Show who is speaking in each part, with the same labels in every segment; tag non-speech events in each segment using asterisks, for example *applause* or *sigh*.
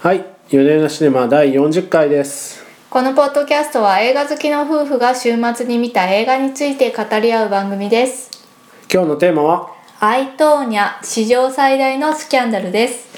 Speaker 1: はい夜な夜なシネマ第40回です
Speaker 2: このポッドキャストは映画好きの夫婦が週末に見た映画について語り合う番組です
Speaker 1: 今日のテーマは
Speaker 2: アイトーニャ史上最大のスキャンダルです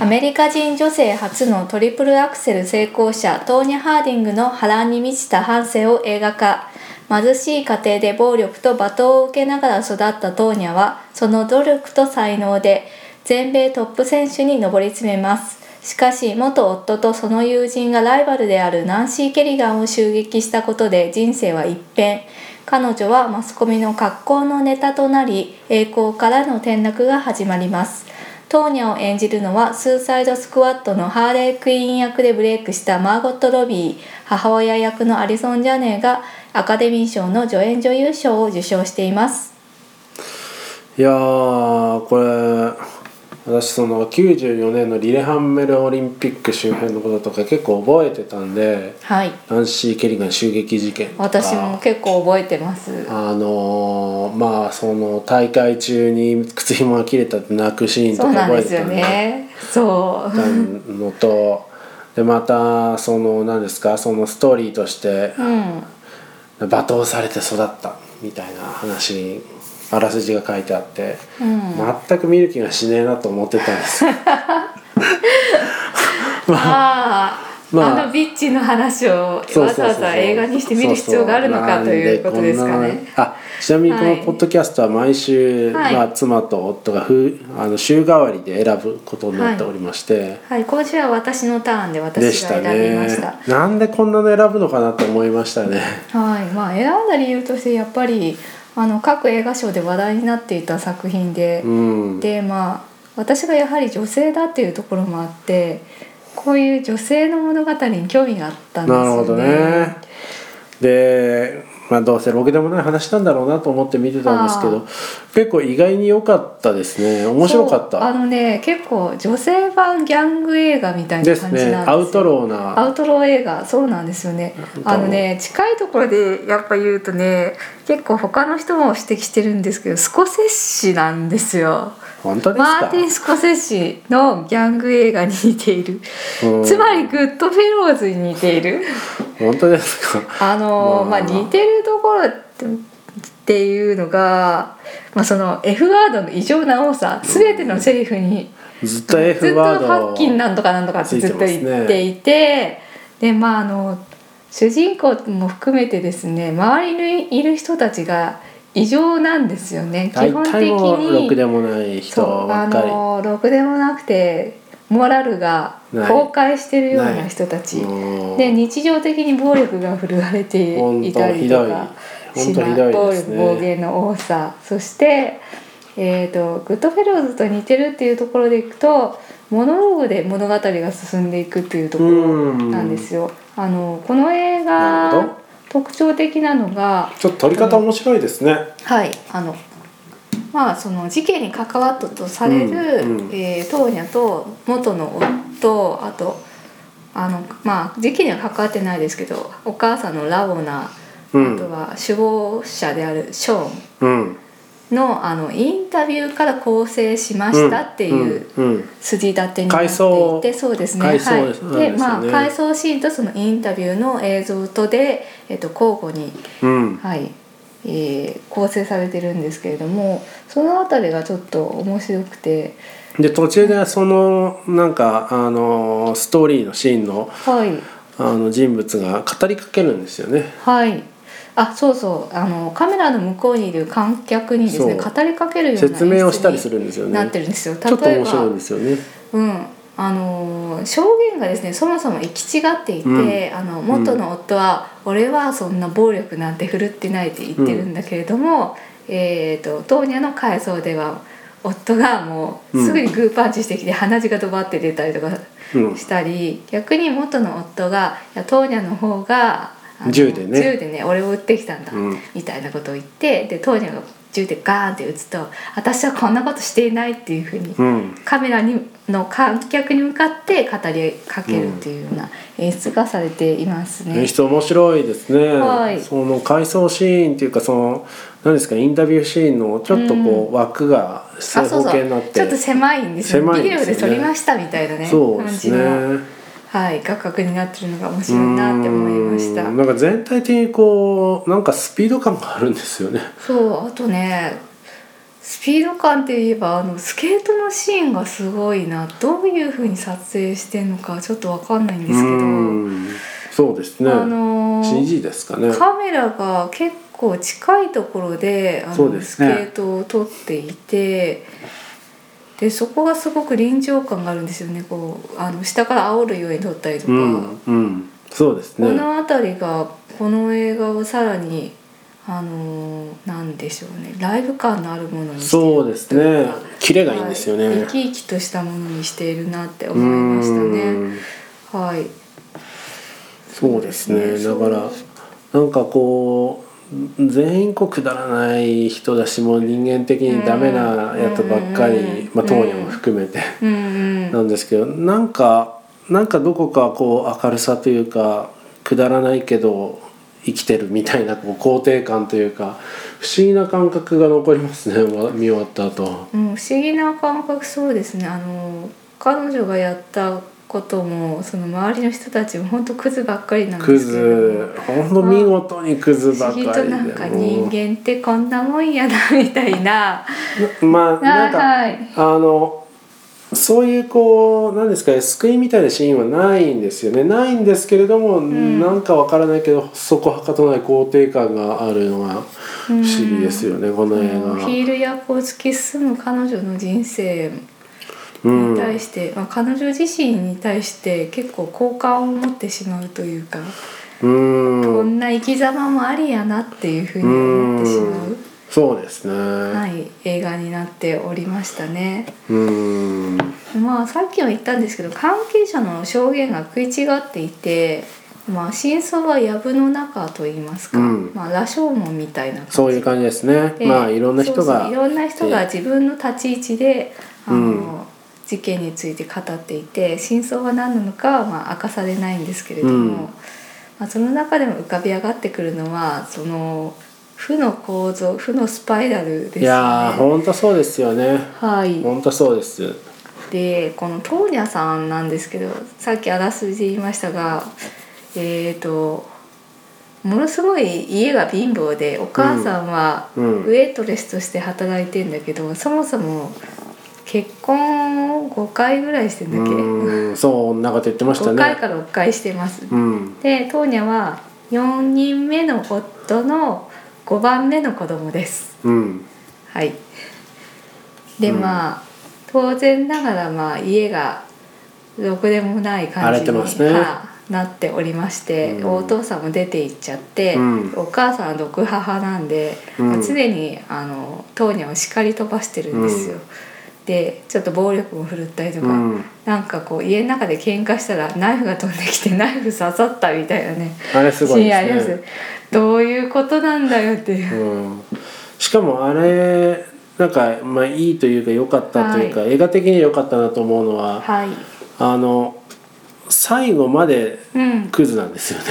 Speaker 2: アメリカ人女性初のトリプルアクセル成功者トーニャ・ハーディングの波乱に満ちた半生を映画化貧しい家庭で暴力と罵倒を受けながら育ったトーニャはその努力と才能で全米トップ選手に上り詰めますしかし元夫とその友人がライバルであるナンシー・ケリガンを襲撃したことで人生は一変彼女はマスコミの格好のネタとなり栄光からの転落が始まりますトーニャを演じるのはスーサイドスクワットのハーレークイーン役でブレイクしたマーゴット・ロビー母親役のアリソン・ジャネーがアカデミー賞の助演女優賞を受賞しています
Speaker 1: いやーこれ私その94年のリレハンメルオリンピック周辺のこととか結構覚えてたんで
Speaker 2: はい
Speaker 1: ナンシー・ケリガン襲撃事件とか
Speaker 2: 私も結構覚えてます
Speaker 1: あのーまあその大会中に靴紐が切れたって泣くシーンと
Speaker 2: そう
Speaker 1: か
Speaker 2: なん
Speaker 1: 覚
Speaker 2: で
Speaker 1: え
Speaker 2: す
Speaker 1: て
Speaker 2: よ
Speaker 1: たんで
Speaker 2: ねそう
Speaker 1: たのとでまたその何ですかそのストーリーとして
Speaker 2: うん
Speaker 1: 罵倒されて育ったみたいな話あらすじが書いてあって、
Speaker 2: うん
Speaker 1: 全く見る気がしねえなと思ってたん
Speaker 2: *laughs*
Speaker 1: ですよ
Speaker 2: あー、
Speaker 1: まあ
Speaker 2: あのビッチの話をわざ
Speaker 1: そう
Speaker 2: わ
Speaker 1: そうそうそう
Speaker 2: ざ映画にして見る必要があるのかということですか
Speaker 1: そうそうなんでこん
Speaker 2: ね。
Speaker 1: なあちなみにこ
Speaker 2: は
Speaker 1: の
Speaker 2: い
Speaker 1: ポッドキャストは毎週、
Speaker 2: はい
Speaker 1: まあ、妻と夫がふあの週替わりで選ぶことになっておりまして、
Speaker 2: はい、今週は私のターンで
Speaker 1: で
Speaker 2: 私
Speaker 1: し
Speaker 2: が
Speaker 1: た
Speaker 2: 選びま
Speaker 1: ね
Speaker 2: した。
Speaker 1: なんでこんなの選ぶのかなと思いましたね
Speaker 2: はい、まあ選んだ理由としてやっぱりあの各映画賞で話題になっていた作品で、
Speaker 1: うん
Speaker 2: でまあ私がやはり女性だっていうところもあって、こういう女性の物語に興味があったんです
Speaker 1: な
Speaker 2: よ
Speaker 1: るほどね。で、まあ、どうせろくでもない話なんだろうなと思って見てたんですけ
Speaker 2: は
Speaker 1: ど結構意外に良かったですね面白かっ
Speaker 2: そうあ
Speaker 1: た
Speaker 2: のね結構女性版ギャング映画みたいな感じ
Speaker 1: で
Speaker 2: なんですす
Speaker 1: ね
Speaker 2: よ
Speaker 1: アウトロー
Speaker 2: ア
Speaker 1: な
Speaker 2: ウトロー映画そうなんですよね
Speaker 1: ウトロー
Speaker 2: あのね近いところでやっぱ言うとね結構他の人も指摘してるんですけどスコセッシなんですよ
Speaker 1: 本当です
Speaker 2: マー
Speaker 1: か
Speaker 2: ティン・スコセッシのギャング映画に似ている
Speaker 1: うん
Speaker 2: つまりグッドフェローズに似ている
Speaker 1: 本当ですか
Speaker 2: *laughs* あの
Speaker 1: まあ
Speaker 2: まあ似てるところってっていうのが、まあ、その F ワードの異常な多さ全てのセリフに
Speaker 1: ずっと
Speaker 2: ずっ
Speaker 1: F
Speaker 2: と
Speaker 1: ワード
Speaker 2: ハッキンなんとかなんとかってずっと言
Speaker 1: ついてます
Speaker 2: っ
Speaker 1: ね
Speaker 2: ていてでまああの主人公も含めてですね周りにいる人たちが異常なんですよね基
Speaker 1: 大
Speaker 2: 本的
Speaker 1: 体もうろくで
Speaker 2: に
Speaker 1: もない
Speaker 2: そ
Speaker 1: 人
Speaker 2: う
Speaker 1: ば
Speaker 2: あ
Speaker 1: っかり
Speaker 2: のろくでもなくてモラルが
Speaker 1: ない
Speaker 2: 崩壊してるような人たち
Speaker 1: うん
Speaker 2: で日常的に暴力が振るわれていたりとか
Speaker 1: 本
Speaker 2: し
Speaker 1: 当
Speaker 2: ま
Speaker 1: ひ
Speaker 2: う
Speaker 1: どい
Speaker 2: 暴
Speaker 1: 本当ひどいです
Speaker 2: 力
Speaker 1: ね
Speaker 2: 暴言の多さそして、えー、とグッドフェローズと似てるっていうところでいくとモノローグで物語が進んでいくっていうところなんですよ。あのこの映
Speaker 1: なるほ
Speaker 2: 画
Speaker 1: ど
Speaker 2: 特徴的なのが、
Speaker 1: ちょっと取り方面白いですね、
Speaker 2: はい、あのまあその事件に関わったとされ
Speaker 1: うん
Speaker 2: る、
Speaker 1: うん
Speaker 2: えートーニャと元の夫あとあのまあ事件には関わってないですけどお母さんのラボナあ
Speaker 1: う
Speaker 2: と
Speaker 1: ん
Speaker 2: は首謀者であるショー
Speaker 1: うん
Speaker 2: ンのあのインタビューから構成しましたっていう
Speaker 1: うんうん
Speaker 2: 筋立てになって
Speaker 1: 回
Speaker 2: い
Speaker 1: 想
Speaker 2: てそうですね
Speaker 1: 回想
Speaker 2: はい
Speaker 1: です
Speaker 2: で
Speaker 1: ね
Speaker 2: まあ回想シーンとそのインタビューの映像とで、えっと、交互に
Speaker 1: うん
Speaker 2: はい、えー構成されてるんですけれどもそのあたりがちょっと面白くて
Speaker 1: で途中でそのなんかあのストーリーのシーンの
Speaker 2: はい
Speaker 1: あの人物が語りかけるんですよね。
Speaker 2: はいあそうそうあのカメラの向こうにいる観客にですね
Speaker 1: そう
Speaker 2: 語りかけるような演出に
Speaker 1: 説明をしたりするんですよね。
Speaker 2: なってるんですよ。
Speaker 1: ちょっと
Speaker 2: 例え
Speaker 1: 面白いん
Speaker 2: ば
Speaker 1: ですよね。
Speaker 2: うんあのー証言がですねそもそも行き違っていて、
Speaker 1: う
Speaker 2: あの元の夫は「俺はそんな暴力なんて振るってない」って言ってるんだけれども、えー、とトーニャの回想では夫がもうすぐにグーパンチしてきて鼻血がドバって出たりとか
Speaker 1: うん、
Speaker 2: したり、逆に元の夫が「いやトーニャの方があの
Speaker 1: 銃でね
Speaker 2: 銃でね俺を撃ってきたんだ」
Speaker 1: うん
Speaker 2: みたいなことを言ってでトーニャが銃でガーンって撃つと私はこんなことしていないっていうふうに
Speaker 1: うん
Speaker 2: カメラにの観客に向かって語りかけるっていうような演出がされていますね。
Speaker 1: 演出面白いですね、
Speaker 2: はい
Speaker 1: その回想シーンっていうかその何ですかインタビューシーンのちょっとこう、枠が正
Speaker 2: あそう
Speaker 1: 方
Speaker 2: そう
Speaker 1: 形になって
Speaker 2: ちょっと狭いんですよ
Speaker 1: 狭い
Speaker 2: ね
Speaker 1: んですよ
Speaker 2: ビデオ
Speaker 1: ね
Speaker 2: で撮りましたみたいなね
Speaker 1: そうで
Speaker 2: 感
Speaker 1: す
Speaker 2: じ
Speaker 1: ね
Speaker 2: の、はい、画角になってるのが面白いなって思いました
Speaker 1: うんなんか全体的にこうなんかスピード感があるんですよね
Speaker 2: そうあとねスピード感っていえばあのスケートのシーンがすごいなどういう風に撮影してんのかちょっとわかんないんですけど、
Speaker 1: うんそうですね、
Speaker 2: あのー
Speaker 1: CG ですかね
Speaker 2: カメラが結構近いところであ
Speaker 1: そう
Speaker 2: の
Speaker 1: です
Speaker 2: スケ
Speaker 1: ね
Speaker 2: ートを撮っていてでそこがすごく臨場感があるんですよねこうあの下から煽るように撮ったりとか、
Speaker 1: うんうんそうです
Speaker 2: こ
Speaker 1: ね
Speaker 2: の辺りがこの映画をさらにあのなんでしょうねライブ感のあるものにして
Speaker 1: そうですねキレ
Speaker 2: い
Speaker 1: がいいんですよね、
Speaker 2: はい生き生きとしたものにしているなって思いましたね。
Speaker 1: うん
Speaker 2: はい
Speaker 1: そうですね
Speaker 2: そ
Speaker 1: だ
Speaker 2: う
Speaker 1: からなんかこう全員こうくだらない人だしもう人間的にダメなやつばっかり、
Speaker 2: うんうん
Speaker 1: まあ、当人も含めて、
Speaker 2: うんう
Speaker 1: なんんですけどなんかなんかどこかこう明るさというかくだらないけど生きてるみたいなこう肯定感というか不思議な感覚が残りますねわ見終わった後
Speaker 2: うん、不思議な感覚そうですねあの彼女がやったこともその周りの人たちも本当クズばっかりなん
Speaker 1: ク
Speaker 2: ですけれども
Speaker 1: ズほんと見事にクズ
Speaker 2: 不
Speaker 1: ばか
Speaker 2: 思
Speaker 1: りで
Speaker 2: 議となんか人
Speaker 1: もう
Speaker 2: 間ってこんなもんやなみたいな
Speaker 1: まあ *laughs* なんか
Speaker 2: はいはい
Speaker 1: あのそういうこう何ですかね救いみたいなシーンはないんですよねないんですけれども、
Speaker 2: ん
Speaker 1: なんかわからないけどそこはかとない肯定感があるのが不思議ですよね、この映
Speaker 2: もうヒール役を突き進む彼女の人生
Speaker 1: 画。うん
Speaker 2: に対して、まあ、彼女自身に対して結構好感を持ってしまうというか、
Speaker 1: うん
Speaker 2: こんな生き様もありやなっていうふうに思ってしま
Speaker 1: う
Speaker 2: う、
Speaker 1: んそうですね、
Speaker 2: はい、映画になっておりましたね。
Speaker 1: うん
Speaker 2: まあさっきも言ったんですけど関係者の証言が食い違っていて、まあ、真相は藪の中と言いますか、
Speaker 1: うん
Speaker 2: まあ、羅生門みたいな感じ
Speaker 1: そういう感じですね
Speaker 2: で
Speaker 1: まあいろんな人
Speaker 2: そう
Speaker 1: が
Speaker 2: そういろんな人が
Speaker 1: え
Speaker 2: 自分の立ち位置であの、
Speaker 1: うん
Speaker 2: 事件について語っていて真相は何なのかはまあ明かされないんですけれども、
Speaker 1: うん
Speaker 2: まあ、その中でも浮かび上がってくるのはその負の構造負のスパイラルです
Speaker 1: い
Speaker 2: よね。
Speaker 1: やーほんとそうですよね
Speaker 2: はい、
Speaker 1: ほんとそうです
Speaker 2: でこのトーニャさんなんですけどさっきあらすじ言いましたがえっ、とものすごい家が貧乏でお母さんは
Speaker 1: う
Speaker 2: ウ
Speaker 1: ん
Speaker 2: ェイトレスとして働いてんだけど、そもそも結婚を5回ぐらいしてんだっけ、
Speaker 1: うんそう女がと言ってました
Speaker 2: 5回
Speaker 1: ね
Speaker 2: か6回してます。
Speaker 1: うん
Speaker 2: でトーニャは4人目の夫の5番目の子供です。
Speaker 1: うん
Speaker 2: はい。で、
Speaker 1: うん
Speaker 2: まあ当然ながらまあ家がろくでもない感じ
Speaker 1: 荒れて
Speaker 2: に、
Speaker 1: ますね
Speaker 2: はいなっておりまして、
Speaker 1: うん
Speaker 2: お父さんも出て行っちゃって、
Speaker 1: うん
Speaker 2: お母さんは毒母なんで、
Speaker 1: うん
Speaker 2: まあ常にあの当人を叱り飛ばしてるんですよ。
Speaker 1: うん
Speaker 2: でちょっと暴力も振るったりとか、
Speaker 1: うん
Speaker 2: なんかこう家の中で喧嘩したらナイフが飛んできてナイフ刺さったみたいなね
Speaker 1: あれすごい
Speaker 2: シーンあり
Speaker 1: で
Speaker 2: ますす
Speaker 1: ね。
Speaker 2: どういうことなんだよっていう。
Speaker 1: うん、しかもあれなんかまあいいというか良かったというか、映画的に良かったなと思うのは、
Speaker 2: はい。
Speaker 1: あの最後まで
Speaker 2: うん。
Speaker 1: クズなんですよね。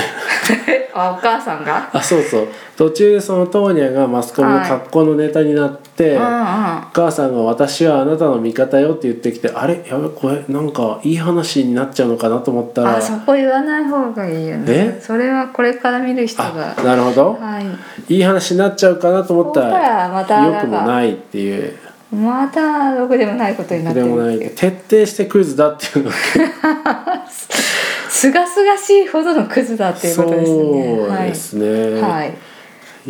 Speaker 1: *laughs*
Speaker 2: *laughs* あお母さんが、
Speaker 1: あそうそう途中そのトーニャがマスコミの格好のネタになって、お母さんが「私はあなたの味方よ」って言ってきてあれやべこれなんかいい話になっちゃうのかなと思ったら
Speaker 2: あそこ言わない方がいいよね
Speaker 1: え
Speaker 2: それはこれから見る人が
Speaker 1: あなるほど、
Speaker 2: はい
Speaker 1: い、い話になっちゃうかなと思った
Speaker 2: そしたらまた
Speaker 1: ら良くも
Speaker 2: なんか
Speaker 1: ないっていう。
Speaker 2: またろくでもないことになって
Speaker 1: で
Speaker 2: る
Speaker 1: もな
Speaker 2: っ
Speaker 1: い
Speaker 2: ていう
Speaker 1: 徹底してクズだっていうのが
Speaker 2: すがすがしいほどのクズだっていうことですね
Speaker 1: そうですね。
Speaker 2: はい、はい、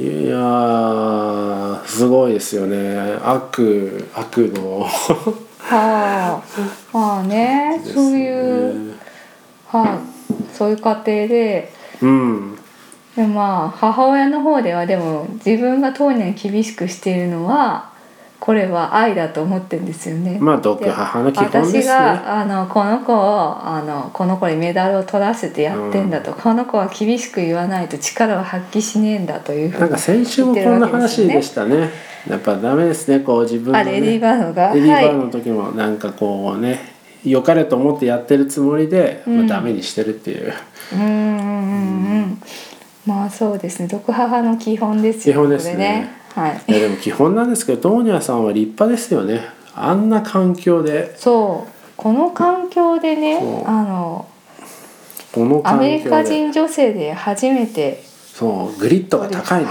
Speaker 1: い、やーすごいですよね。悪悪の
Speaker 2: はあまあね
Speaker 1: ですね
Speaker 2: そういう、はい、そういう家庭で
Speaker 1: *laughs* うん
Speaker 2: でまあ母親の方ではでも自分が当人に厳しくしているのはこれは愛だと思ってんですよね。
Speaker 1: まあ毒母の基本ですね
Speaker 2: 私があのこの子をあのこの子にメダルを取らせてやってんだと、この子は厳しく言わないと力を発揮しねえんだというふうに
Speaker 1: なんか先週もこんな話でしたねやっぱダメですねこう自分の、
Speaker 2: あ
Speaker 1: ね、
Speaker 2: レディーバードが
Speaker 1: レディーバー
Speaker 2: は
Speaker 1: の時もなんかこうね良かれと思ってやってるつもりで、
Speaker 2: うん
Speaker 1: まあ、ダメにしてるっていう
Speaker 2: い、うんうんうんうんまあそうですね毒母の基本ですよ
Speaker 1: 基本ですね
Speaker 2: これねは
Speaker 1: い
Speaker 2: い
Speaker 1: やでも基本なんですけどトーニャさんは立派ですよねあんな環境で
Speaker 2: そうこの環境でね
Speaker 1: そう
Speaker 2: あの
Speaker 1: この
Speaker 2: ア
Speaker 1: 環境で
Speaker 2: メリカ人女性で初めて
Speaker 1: そうグリッドが高いね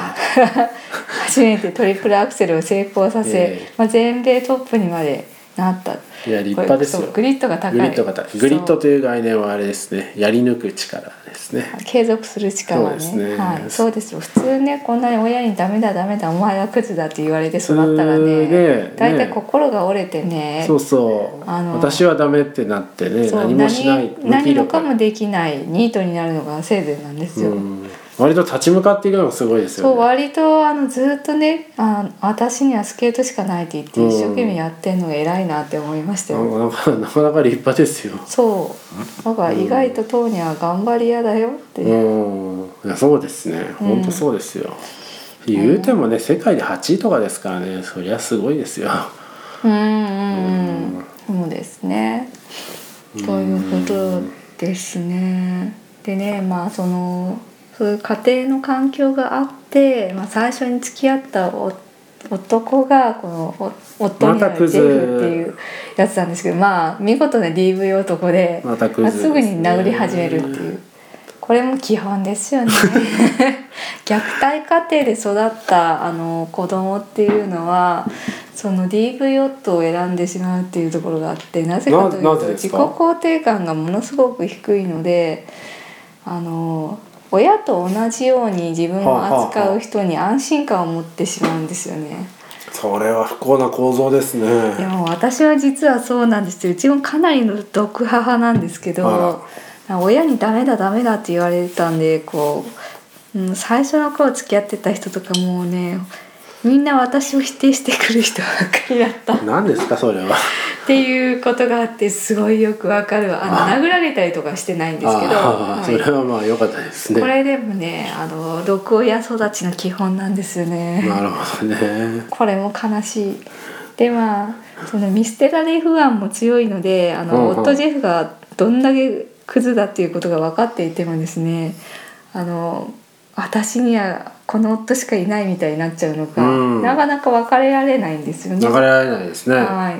Speaker 2: 初めてトリプルアクセルを成功させ、
Speaker 1: ええ
Speaker 2: まあ、全米トップにまでなった
Speaker 1: いや立派ですよ
Speaker 2: これそうグリッドが高い
Speaker 1: グリッドが高いグリッドという概念はあれですねやり抜く力ですね
Speaker 2: そう継続する力はね
Speaker 1: そうですね
Speaker 2: はい、そうですよ普通ねこんなに親に「ダメだダメだお前はクズだ」って言われて育ったら
Speaker 1: 普
Speaker 2: ね
Speaker 1: 通ね
Speaker 2: 大体
Speaker 1: ね
Speaker 2: 心が折れてね
Speaker 1: そうそう
Speaker 2: あの
Speaker 1: 私はダメってなってね
Speaker 2: そう
Speaker 1: 何もしない
Speaker 2: 何何もか
Speaker 1: 無
Speaker 2: もできないニートになるのがせいぜいなんですよ。
Speaker 1: うん割と立ち向かっていくのがすごいです
Speaker 2: そ
Speaker 1: よ
Speaker 2: う
Speaker 1: ね
Speaker 2: 割とあのずっとねあ私にはスケートしかないって言って一生懸命やってんのが偉いなって思いましたよ、
Speaker 1: なかなかなかなか立派ですよ
Speaker 2: そうだから意外とトーニャは頑張り屋だよって、
Speaker 1: うんいやそうですね
Speaker 2: うん
Speaker 1: 本当そうですよ、言うてもね世界で8位とかですからねそりゃすごいですよ
Speaker 2: うんうんうんそうですね。ということですね。でねまあそのそういう家庭の環境があって、まあ、最初に付き合ったお男がこのお夫になっているっていうやつなんですけどまあ見事な DV 男で、
Speaker 1: またクズ
Speaker 2: まあ
Speaker 1: です
Speaker 2: ぐに殴り始めるっていう。これも基本ですよね *laughs* 虐待家庭で育ったあの子供っていうのはその DV 夫を選んでしまうっていうところがあってなぜかという
Speaker 1: な
Speaker 2: と
Speaker 1: なぜです
Speaker 2: 自己
Speaker 1: か
Speaker 2: 肯定感がものすごく低いのであの親と同じように自分を扱う人に安心感を持ってしまうんですよね。
Speaker 1: それは不幸な構造です
Speaker 2: いや
Speaker 1: ね
Speaker 2: もう私は実はそうなんですようちもかなりの毒母なんですけど
Speaker 1: あ
Speaker 2: 親に「ダメだダメだ」って言われてたんでこう、うん、最初の頃付き合ってた人とかもうねみんな私を否定してくる人ばっかりだったっ
Speaker 1: 何ですかそれは
Speaker 2: ていうことがあってすごいよくわかるわあの殴られたりとかしてないんですけど、
Speaker 1: ああそれ
Speaker 2: はい
Speaker 1: はまあ良かったですね
Speaker 2: これでもねあの毒親育ちの基本なんですよね。
Speaker 1: なるほどね
Speaker 2: これも悲しいでまあその見捨てられ不安も強いのであ
Speaker 1: うん
Speaker 2: の、
Speaker 1: うん
Speaker 2: 夫ジェフがどんだけクズだっていうことが分かっていてもですねあの私にはこの夫しかいないみたいになっちゃうのか、
Speaker 1: うん
Speaker 2: なかなか別れられないんですよね。
Speaker 1: 流れられないですね
Speaker 2: は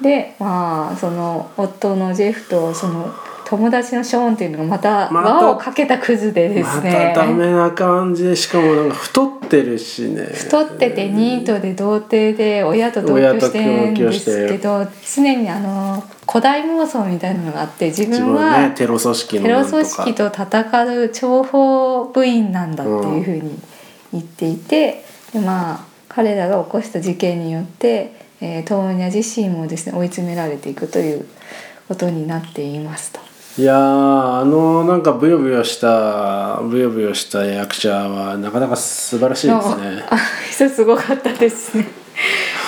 Speaker 2: い、でまあその夫のジェフとその友達のショーンっていうのがまた
Speaker 1: また
Speaker 2: 輪をかけたクズでです
Speaker 1: ま
Speaker 2: ね、
Speaker 1: たダメな感じでしかもなんか太ってるしね
Speaker 2: 太っててニートで童貞で親と同居してるんですけど常にあの古代妄想みたいなのがあって自
Speaker 1: 自
Speaker 2: 分
Speaker 1: 分はね
Speaker 2: は
Speaker 1: テロ組織の
Speaker 2: テ
Speaker 1: な
Speaker 2: ロ
Speaker 1: んとか
Speaker 2: 組織と戦う諜報部員なんだっていうふうに言っていて、でまあ彼らが起こした事件によって、えー、トーニャ自身もですね追い詰められていくということになっていますと。
Speaker 1: いやーあのなんかブヨブヨしたブヨブヨした役者はなかなか素晴らしいですね
Speaker 2: *laughs* あの人すごかったですね。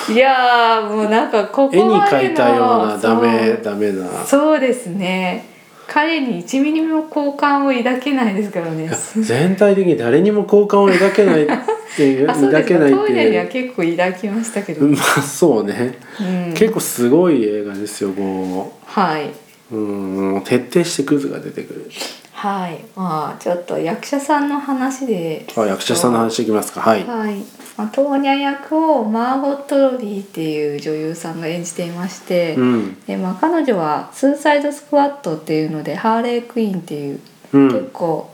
Speaker 2: いやーもうなんかここ
Speaker 1: 絵に
Speaker 2: までの
Speaker 1: 描いたようなダメ
Speaker 2: そう
Speaker 1: ダメな
Speaker 2: そうですね彼に1ミリも好感を抱けないですからね
Speaker 1: 全体的に誰にも好感を抱けないっていう
Speaker 2: *laughs* あそう
Speaker 1: 抱
Speaker 2: です
Speaker 1: け
Speaker 2: か
Speaker 1: ないっ
Speaker 2: ト
Speaker 1: て
Speaker 2: イレに
Speaker 1: い
Speaker 2: は
Speaker 1: う
Speaker 2: 結構抱きましたけど、
Speaker 1: まあそうね、
Speaker 2: うん
Speaker 1: 結構すごい映画ですよこ
Speaker 2: はい
Speaker 1: うんもう徹底してクズが出てくる
Speaker 2: はいまあちょっと役者さんの話で
Speaker 1: あ役者さんの話いきますかはい
Speaker 2: はい、まあ、トーニャ役をマーゴット・ロビーっていう女優さんが演じていまして、
Speaker 1: うん
Speaker 2: でまあ、彼女はスーサイドスクワットっていうのでハーレークイーンっていう
Speaker 1: う
Speaker 2: 結
Speaker 1: ん
Speaker 2: 構、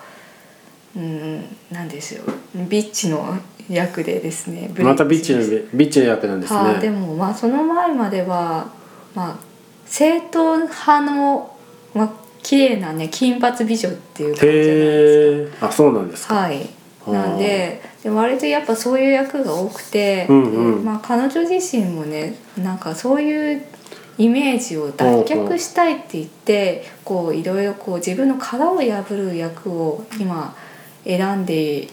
Speaker 2: うん、なんですよビッチの役でですね
Speaker 1: またビッチの
Speaker 2: ブリッジ
Speaker 1: ビッチの役なんで
Speaker 2: ですすはいで
Speaker 1: ね
Speaker 2: もまあその前までは、まあ、正統派の、まあ綺麗なね金髪美女っていう感じじゃないで
Speaker 1: へ
Speaker 2: す
Speaker 1: えあそうなんです
Speaker 2: か。
Speaker 1: か
Speaker 2: はいなんでで割とやっぱそういう役が多くて、
Speaker 1: うんうん
Speaker 2: まあ、彼女自身もねなんかそういうイメージを脱却したいって言って、こういろいろこう自分の殻を破る役を今選んで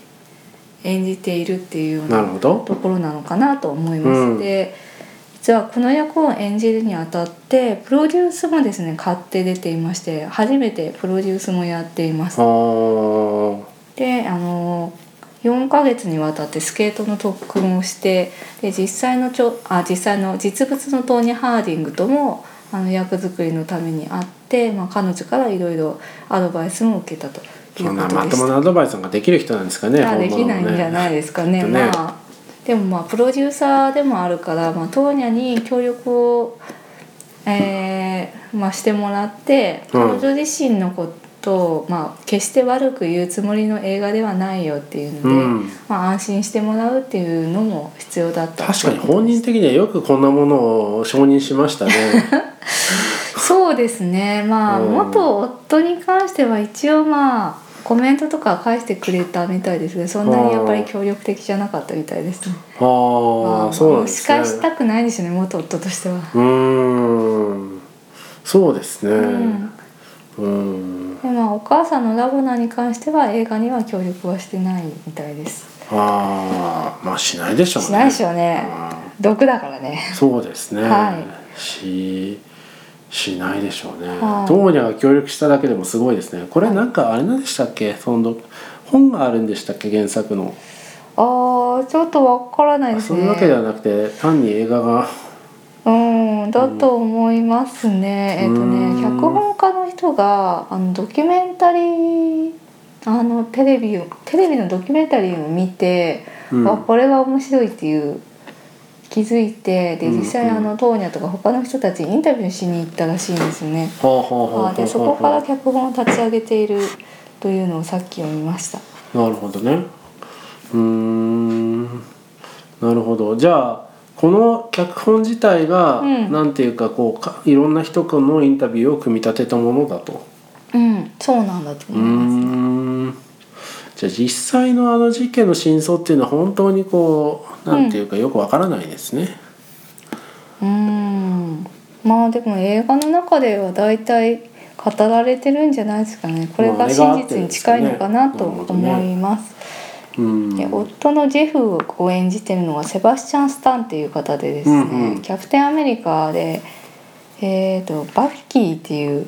Speaker 2: 演じているっていうよう
Speaker 1: なる
Speaker 2: な
Speaker 1: ほど
Speaker 2: ところなのかなと思います。
Speaker 1: うん
Speaker 2: で実はこの役を演じるにあたってプロデュースもですね買って出ていまして初めてプロデュースもやっています
Speaker 1: あー
Speaker 2: であの4ヶ月にわたってスケートの特訓をしてで実際のちょあ実際の実物のトーニー・ハーディングともあの役作りのために会って、まあ、彼女からいろいろアドバイスも受けたとい
Speaker 1: そ
Speaker 2: うんこ
Speaker 1: な
Speaker 2: と
Speaker 1: ま
Speaker 2: で
Speaker 1: と
Speaker 2: し
Speaker 1: も
Speaker 2: た。
Speaker 1: なアドバイスなんかできる人なんですかね
Speaker 2: ができないんじゃないいですかね。
Speaker 1: 本物のね
Speaker 2: まあでもまあプロデューサーでもあるから、まあ、トーニャに協力を、えーまあ、してもらって
Speaker 1: う
Speaker 2: 彼
Speaker 1: ん
Speaker 2: 女自身のことを、まあ、決して悪く言うつもりの映画ではないよっていうので、
Speaker 1: うん
Speaker 2: まあ、安心してもらうっていうのも必要だった
Speaker 1: 確かに本人的にはよくこんなものを承認しましたね
Speaker 2: *laughs* そうですねまあ
Speaker 1: うん
Speaker 2: 元夫に関しては一応まあコメントとか返してくれたみたいですけどそんなにやっぱり協力的じゃなかったみたいですね。
Speaker 1: ああそうなんですね
Speaker 2: もう仕返したくないですよね元夫としては、
Speaker 1: うーんそうですね
Speaker 2: うん
Speaker 1: うん
Speaker 2: でまあお母さんのラボナに関しては映画には協力はしてないみたいです
Speaker 1: ああまあしないでしょうね
Speaker 2: しないでしょうね毒だからね
Speaker 1: そうですね、
Speaker 2: は
Speaker 1: ししないでしょうね、
Speaker 2: はい
Speaker 1: どうにゃが協力しただけでもすごいですねこれなんかあれなんでしたっけその本があるんでしたっけ原作の、
Speaker 2: あーちょっとわからないです
Speaker 1: そう
Speaker 2: ね
Speaker 1: いうわけではなくて単に映画が
Speaker 2: うんだと思いますね、えっ、と
Speaker 1: う
Speaker 2: ね
Speaker 1: ん
Speaker 2: 脚本家の人があのドキュメンタリーあのテレビをテレビのドキュメンタリーを見て、
Speaker 1: うん
Speaker 2: あこれは面白いっていう気づいてで
Speaker 1: うん
Speaker 2: 実際あ
Speaker 1: う
Speaker 2: のトーニャとか他の人たちにインタビューしに行ったらしいんですね。
Speaker 1: ほうほうほうほうほう
Speaker 2: あでそこから脚本を立ち上げているというのをさっき読みました。
Speaker 1: なるほどねうーんなるほどじゃあこの脚本自体が、
Speaker 2: うん
Speaker 1: なんていうかこうかいろんな人からのインタビューを組み立てたものだと
Speaker 2: うん、そうなんだと
Speaker 1: うー
Speaker 2: 思います。
Speaker 1: んじゃあ実際のあの事件の真相っていうのは本当にこうなんていうかよくわからないですね、
Speaker 2: うんまあでも映画の中では大体語られてるんじゃないですかねこれ
Speaker 1: まあ
Speaker 2: が
Speaker 1: あれが合っ
Speaker 2: 真
Speaker 1: て
Speaker 2: 実
Speaker 1: るん
Speaker 2: に
Speaker 1: ですか
Speaker 2: 近
Speaker 1: ね
Speaker 2: いのかなと
Speaker 1: なるほどね
Speaker 2: 思います。
Speaker 1: うん
Speaker 2: で夫のジェフを演じてるのがセバスチャン・スタンっていう方でですね、
Speaker 1: うんうん
Speaker 2: キャプテンアメリカで、えー、とバフキーっていう、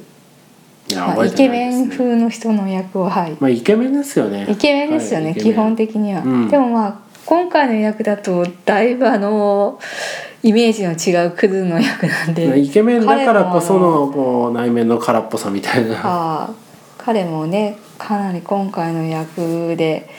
Speaker 1: いや
Speaker 2: ま
Speaker 1: 覚
Speaker 2: あ
Speaker 1: え
Speaker 2: イケ
Speaker 1: てな
Speaker 2: メ
Speaker 1: いです
Speaker 2: ン
Speaker 1: ね
Speaker 2: 風の人の役をはい
Speaker 1: まあイケメンですよね
Speaker 2: イケメンですよね、
Speaker 1: はいイケメ
Speaker 2: 基
Speaker 1: ン
Speaker 2: 本的には、
Speaker 1: うん
Speaker 2: でもまあ今回の役だとだいぶあのイメージの違うクズの役なんで
Speaker 1: イケメンだからこそ
Speaker 2: 彼もあ
Speaker 1: のこう内面の空っぽさみたいな
Speaker 2: ああ彼もねかなり今回の役で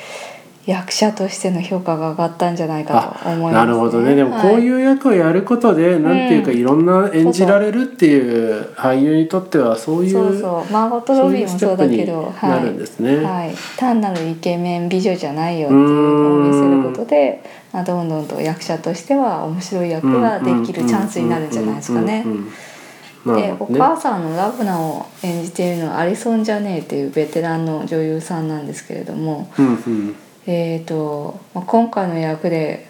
Speaker 2: 役者としての評価が上がったんじゃないか
Speaker 1: *laughs*
Speaker 2: と思います、
Speaker 1: なるほどねでもこう
Speaker 2: う、
Speaker 1: いう役をやることで、なんていうか
Speaker 2: うん
Speaker 1: いろんな演じられるっていう俳優にとってはそういう
Speaker 2: そうそうマーゴット・ロビーもそうだけど
Speaker 1: そういうステップになるんですね
Speaker 2: はいはい、単なるイケメン美女じゃないよっていうのを見せることで、まあ、どんどんと役者としては面白い役ができるチャンスになるんじゃないですかね
Speaker 1: うん。うんうんうん
Speaker 2: でお
Speaker 1: うんなるほどね
Speaker 2: 母さんのラブナを演じているのはアリソン・ジャネーっていうベテランの女優さんなんですけれども、
Speaker 1: うんうん
Speaker 2: えーとまあ今回の役で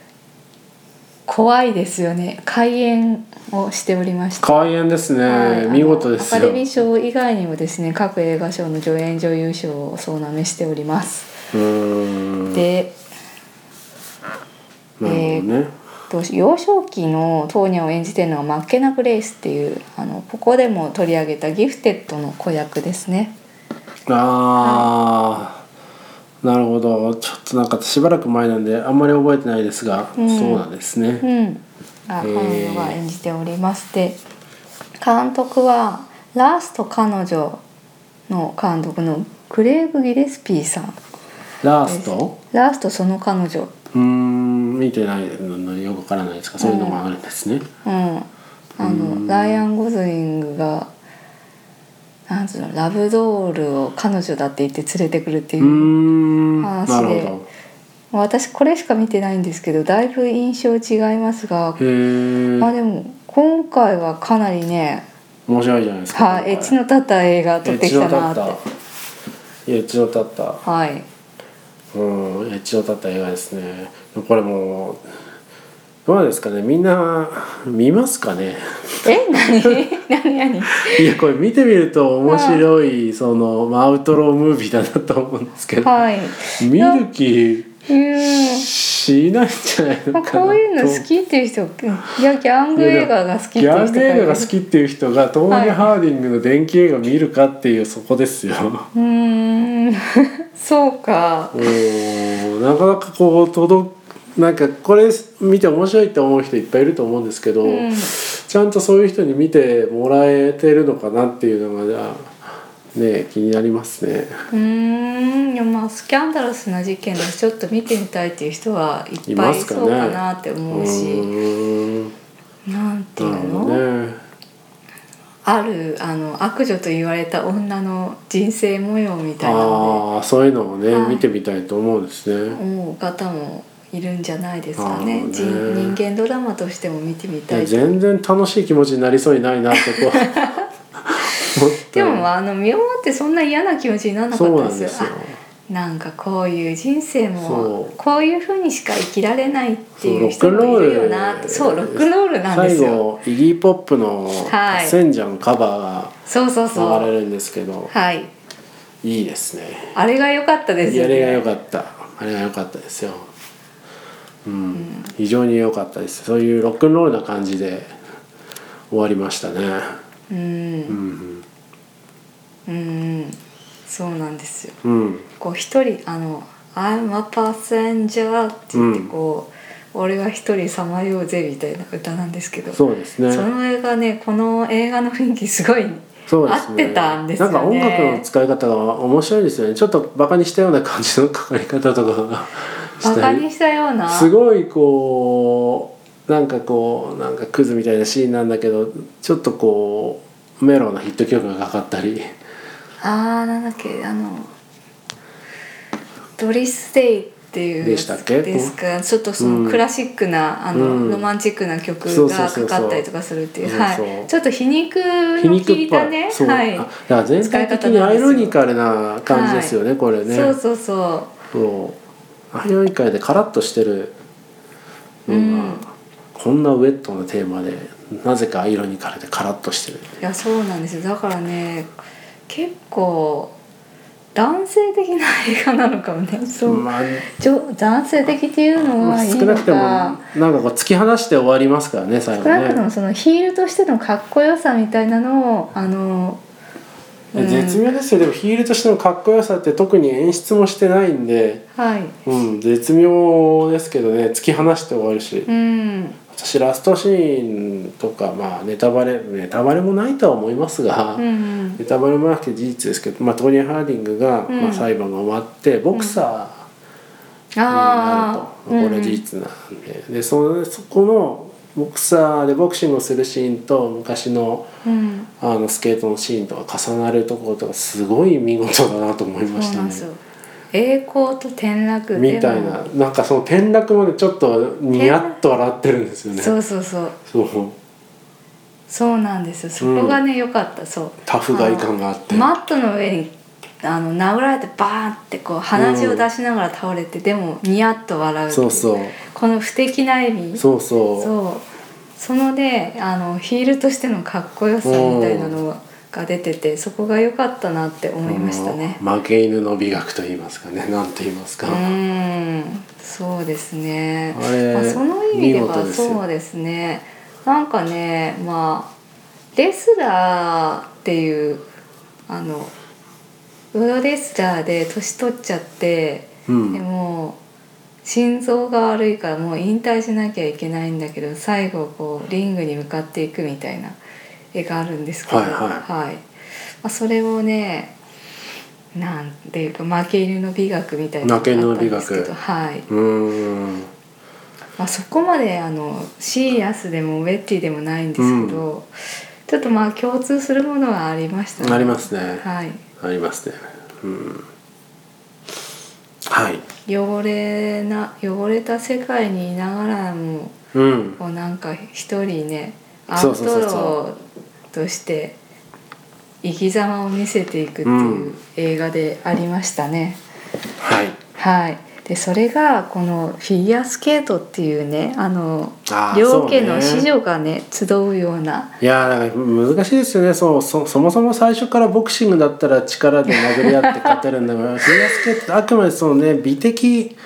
Speaker 2: 怖いですよね開演をしておりました。
Speaker 1: 開演ですね、
Speaker 2: はい
Speaker 1: 見事です
Speaker 2: あのアカ
Speaker 1: よ
Speaker 2: デミー賞以外にもですね各映画賞の助演女優賞を総なめしております。
Speaker 1: うーんなる
Speaker 2: で
Speaker 1: ほどね、
Speaker 2: どうし幼少期のトーニャを演じているのはマッケナ・グレイスっていうあのここでも取り上げたギフテッドの子役ですね。
Speaker 1: ああ、なるほどちょっとなんかしばらく前なんであんまり覚えてないですが、
Speaker 2: うん
Speaker 1: そうなんですね、
Speaker 2: うん、が
Speaker 1: へ
Speaker 2: 彼
Speaker 1: ー
Speaker 2: 女が演じておりまして監督はラスト彼女の監督のグレーブ・ギレスピーさん
Speaker 1: ラースト
Speaker 2: ラストその彼女、
Speaker 1: うーん見てないのよくわからないですがそういうのもあるんですね、
Speaker 2: うん、あのライアン・ゴズリングがなんつうのラブドールを彼女だって言って連れてくるって
Speaker 1: う
Speaker 2: い
Speaker 1: ー
Speaker 2: う、
Speaker 1: ん
Speaker 2: 話
Speaker 1: なる
Speaker 2: で
Speaker 1: ほ
Speaker 2: 私これしか見てないんですけどだいぶ印象違いますが
Speaker 1: どへえ
Speaker 2: まあでも今回はかなりね
Speaker 1: 面白いじゃないですか
Speaker 2: はいエッジの立った映画撮ってきたなって。
Speaker 1: エッジの立ったエッジの立っ
Speaker 2: はい、
Speaker 1: たうんエッジの立った映画ですねこれもうどうですかねみんな見ますかね *laughs*
Speaker 2: え何 *laughs* 何何
Speaker 1: いやこれ見てみると面白いそのまあアウトロームービーだなと思うんですけど
Speaker 2: はい
Speaker 1: 見る気
Speaker 2: うん
Speaker 1: しないんじゃない
Speaker 2: ま
Speaker 1: の
Speaker 2: あ、
Speaker 1: かな
Speaker 2: こういうの好きっていう人いやギャング映画が好きってい
Speaker 1: ギ
Speaker 2: う人
Speaker 1: ャング映画が好
Speaker 2: き
Speaker 1: きっていう人がトーニー・ハーディングの電気映画見るかっていうそこですよ。
Speaker 2: うーん *laughs* そうか
Speaker 1: うんなかなかこう届くなんかこれ見て面白いって思う人いっぱいいると思うんですけど、
Speaker 2: うん
Speaker 1: ちゃんとそういう人に見てもらえてるのかなっていうのがじゃあね気になりますね。
Speaker 2: うーんいやまあスキャンダラスな事件でちょっと見てみたいっていう人はいっ
Speaker 1: い
Speaker 2: ぱ
Speaker 1: ま
Speaker 2: いい
Speaker 1: すかね
Speaker 2: そうかなって
Speaker 1: う
Speaker 2: 思うし
Speaker 1: ん
Speaker 2: なんてい
Speaker 1: なる
Speaker 2: うの
Speaker 1: ほ、どね。
Speaker 2: あるあの悪女と言われた女の人生模様みたいなの
Speaker 1: ああそういうのをね、
Speaker 2: はい
Speaker 1: 見てみたいと思うんです
Speaker 2: で
Speaker 1: ね。
Speaker 2: 思う方もいるんじゃないですか
Speaker 1: なる
Speaker 2: ね
Speaker 1: ほどね
Speaker 2: 人人間ドラマとしても見てみ
Speaker 1: い
Speaker 2: た
Speaker 1: や
Speaker 2: いと
Speaker 1: 全然楽しい気持ちになりそうにないなってこう
Speaker 2: *laughs*
Speaker 1: 思って。
Speaker 2: でもあの見終わってそんな嫌な気持ちにならなか
Speaker 1: そう
Speaker 2: った
Speaker 1: な
Speaker 2: で
Speaker 1: ん
Speaker 2: す
Speaker 1: で
Speaker 2: よ
Speaker 1: すよ。
Speaker 2: あなんかこういう人生も
Speaker 1: そう
Speaker 2: こういうふうにしか生きられないってい
Speaker 1: そうう
Speaker 2: 人もいるよなとそ
Speaker 1: ロ
Speaker 2: う
Speaker 1: ックンロール
Speaker 2: ロックンロールなんで
Speaker 1: 最
Speaker 2: すよ
Speaker 1: 後イギー・ポップの「
Speaker 2: はい
Speaker 1: パッセンジャー」のカバ
Speaker 2: そうそ
Speaker 1: ーが
Speaker 2: う
Speaker 1: 流
Speaker 2: そう
Speaker 1: れるんですけど、
Speaker 2: はい
Speaker 1: い、いですね
Speaker 2: あれが良かったです
Speaker 1: いや
Speaker 2: よ
Speaker 1: あれが良
Speaker 2: ね
Speaker 1: かったあれが良かったですようん、非常に良かったですそういうロックンロールな感じで終わりましたね
Speaker 2: う
Speaker 1: うんん
Speaker 2: うんそうなんですよ
Speaker 1: うん、うん、
Speaker 2: こう一人あの「I'm a passenger」って言ってこう、俺は一人さまようぜみたいな歌なんですけど
Speaker 1: そうですね
Speaker 2: その映画ねこの映画の雰囲気すごい
Speaker 1: そうですね
Speaker 2: 合ってたんですよね
Speaker 1: なんか音楽の使い方が面白いですよねちょっとバカにしたような感じのかかり方とか
Speaker 2: バ
Speaker 1: した
Speaker 2: カ
Speaker 1: り
Speaker 2: にしたような
Speaker 1: すごいこうなんかこうなんかクズみたいなシーンなんだけどちょっとこうメロなヒット曲がかかったり
Speaker 2: あーなんだっけあのドリス・デイっていう
Speaker 1: でしたっけ
Speaker 2: ですかちょっとそのクラシックな、あの
Speaker 1: うん
Speaker 2: ロマンチックな曲
Speaker 1: そうそ
Speaker 2: が
Speaker 1: うそ
Speaker 2: か
Speaker 1: うそう
Speaker 2: かったりとかするっていう
Speaker 1: そうそう
Speaker 2: はい、ちょっと皮肉
Speaker 1: 皮
Speaker 2: の
Speaker 1: 肉
Speaker 2: 効
Speaker 1: っ
Speaker 2: い
Speaker 1: ぽ
Speaker 2: た
Speaker 1: い、
Speaker 2: ね
Speaker 1: そう、
Speaker 2: は
Speaker 1: あだ
Speaker 2: い
Speaker 1: から全体的にアイロニカルな感じですよね、これね
Speaker 2: そうそうそう
Speaker 1: そうアイロニカルでカラッとしてるのが、
Speaker 2: うん
Speaker 1: こんなウェットなテーマでなぜかアイロニカルでカラッとしてる
Speaker 2: いやそうなんですよだからね結構男性的な映画なのかもねそう、
Speaker 1: まあ
Speaker 2: ちょ男性的っていうのはいい
Speaker 1: 少な
Speaker 2: の
Speaker 1: くても
Speaker 2: か
Speaker 1: なんかこう突き放して終わりますからね最後
Speaker 2: 少なくと
Speaker 1: ね
Speaker 2: もそのヒールとしてのかっこよさみたいなのをあの、うん
Speaker 1: 絶妙ですよでもヒールとしてのかっこよさって特に演出もしてないんで、
Speaker 2: はい
Speaker 1: うん、絶妙ですけどね突き放して終わるし、
Speaker 2: うん
Speaker 1: 私ラストシーンとかまあネタバレネタバレもないとは思いますが、
Speaker 2: うん
Speaker 1: ネタバレもなくて事実ですけど、まあ、トーニー・ハーディングが、
Speaker 2: うん
Speaker 1: まあ、裁判が終わってボクサーになる
Speaker 2: あ
Speaker 1: と
Speaker 2: あ、、うん
Speaker 1: これは事実なんででそそこのボクサーでボクシングをするシーンと昔の
Speaker 2: うん
Speaker 1: あのスケートのシーンとか重なるところとかすごい見事だなと思い
Speaker 2: そう
Speaker 1: ました
Speaker 2: なん
Speaker 1: ね
Speaker 2: です。よ栄光と転落でも
Speaker 1: みたいななんかその転落もねちょっとニヤッと笑ってるんですよね。
Speaker 2: そうそうそう
Speaker 1: そう
Speaker 2: そうなんですよそこがね良、かったそう
Speaker 1: タフガイ感があって。
Speaker 2: マットの上にあの殴られてバーンってこう鼻血を出しながら倒れて、でもニヤッと笑うってい
Speaker 1: そうそう
Speaker 2: この不敵な笑み
Speaker 1: そうそう
Speaker 2: そうそのねあのヒールとしてのかっこよさみたいなのが出ててそこが良かったなって思いましたね
Speaker 1: あ。の負け犬の美学と言いますかねなんて言います
Speaker 2: う
Speaker 1: か、
Speaker 2: ーんそうですね
Speaker 1: あれ
Speaker 2: まあ、その意味で
Speaker 1: 見
Speaker 2: は
Speaker 1: 事ですよ
Speaker 2: そうですねなんかねまあレスラーっていうあのプロレスラーで年取っちゃって、
Speaker 1: うん
Speaker 2: でも心臓が悪いからもう引退しなきゃいけないんだけど最後こうリングに向かっていくみたいな絵があるんですけど、
Speaker 1: はいはい
Speaker 2: まあ、それをねなんていうか負け犬の美学みたいな
Speaker 1: 負け犬の美学
Speaker 2: があったんですけどはい、
Speaker 1: うーん
Speaker 2: まあ、そこまであのシーアスでもウェッティでもないんですけど、ちょっとまあ共通するものはありました
Speaker 1: ありますね
Speaker 2: はい
Speaker 1: ありますねうんはい
Speaker 2: 汚れな汚れた世界にいながらも
Speaker 1: うん
Speaker 2: こうなんか一人ねアウ
Speaker 1: そう
Speaker 2: ト
Speaker 1: そうそうそう
Speaker 2: ローとして生き様を見せていくっていううん映画でありましたね。
Speaker 1: はい
Speaker 2: はいでそれがこのフィギュアスケートっていうねあの
Speaker 1: あー
Speaker 2: 両家の
Speaker 1: そう
Speaker 2: 子
Speaker 1: ね
Speaker 2: 女がね集うようない
Speaker 1: やーだから難しいですよねそうそそもそも最初からボクシングだ
Speaker 2: *laughs*
Speaker 1: ったら力で殴り合って勝てるんだからフィギュアスケートってあくまでそのね美的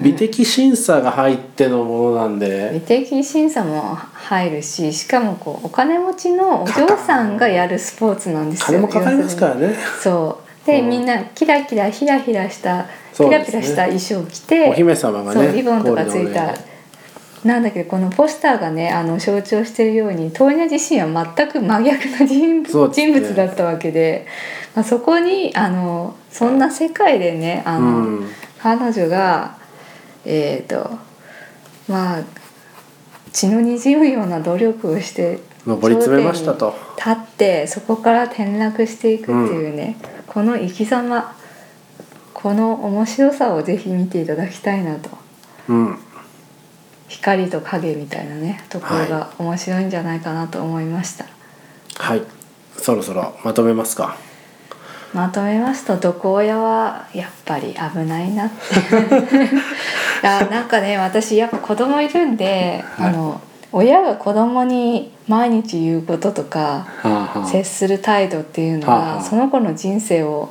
Speaker 1: 美的審査が入ってのものなんで
Speaker 2: 美的審査も入るししかもこうお金持ちのお嬢さんがやるスポーツなんです
Speaker 1: 金
Speaker 2: よ
Speaker 1: もかかりますからね
Speaker 2: そうで、
Speaker 1: うん
Speaker 2: みんなキラキラヒラヒラした
Speaker 1: そ
Speaker 2: ピ
Speaker 1: うで
Speaker 2: ラ
Speaker 1: すね
Speaker 2: ピラした衣装を着て
Speaker 1: お姫様がね
Speaker 2: そうリボンとかつい
Speaker 1: ゴー
Speaker 2: た
Speaker 1: ルドのね
Speaker 2: なんだけどこのポスターがねあの象徴しているようにトーニャ自身は全く真逆な人
Speaker 1: そうで
Speaker 2: 物,、
Speaker 1: すね
Speaker 2: 人物だったわけで、まあ、そこにあのそんな世界でねあの、
Speaker 1: うん
Speaker 2: 彼女がえっ、とまあ血のにじむような努力をして
Speaker 1: 上り詰めましたと
Speaker 2: 頂点に立ってそこから転落していくっていうね、この生き様この面白さをぜひ見ていただきたいなと
Speaker 1: うん
Speaker 2: 光と影みたいなねところが面白いんじゃないかなと思いました、
Speaker 1: はいそろそろまとめますか
Speaker 2: まとめますと毒親はやっぱり危ないなって *laughs* あなんかね私やっぱ子供いるんで、
Speaker 1: はい
Speaker 2: あの親が子供に毎日言うこととか
Speaker 1: はあは
Speaker 2: 接する態度っていうの
Speaker 1: はあは
Speaker 2: が
Speaker 1: あ
Speaker 2: その子の人生を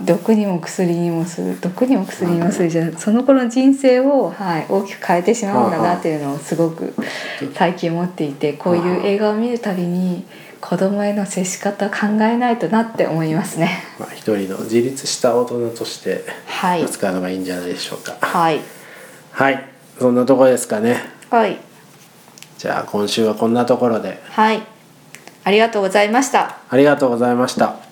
Speaker 2: 毒にも薬にもする毒にも薬にもするじゃなくその子の人生を、はい、大きく変えてしまうんだなっていうのをすごく最近思っていてこういう映画を見るたびに子供への接し方考えないとなって思いますね。
Speaker 1: まあ、一人の自立した大人として
Speaker 2: はい、
Speaker 1: 扱うのがいいんじゃないでしょうか
Speaker 2: はい、
Speaker 1: はいそんなところですかね
Speaker 2: はい、
Speaker 1: じゃあ今週はこんなところで
Speaker 2: はい、ありがとうございました。
Speaker 1: ありがとうございました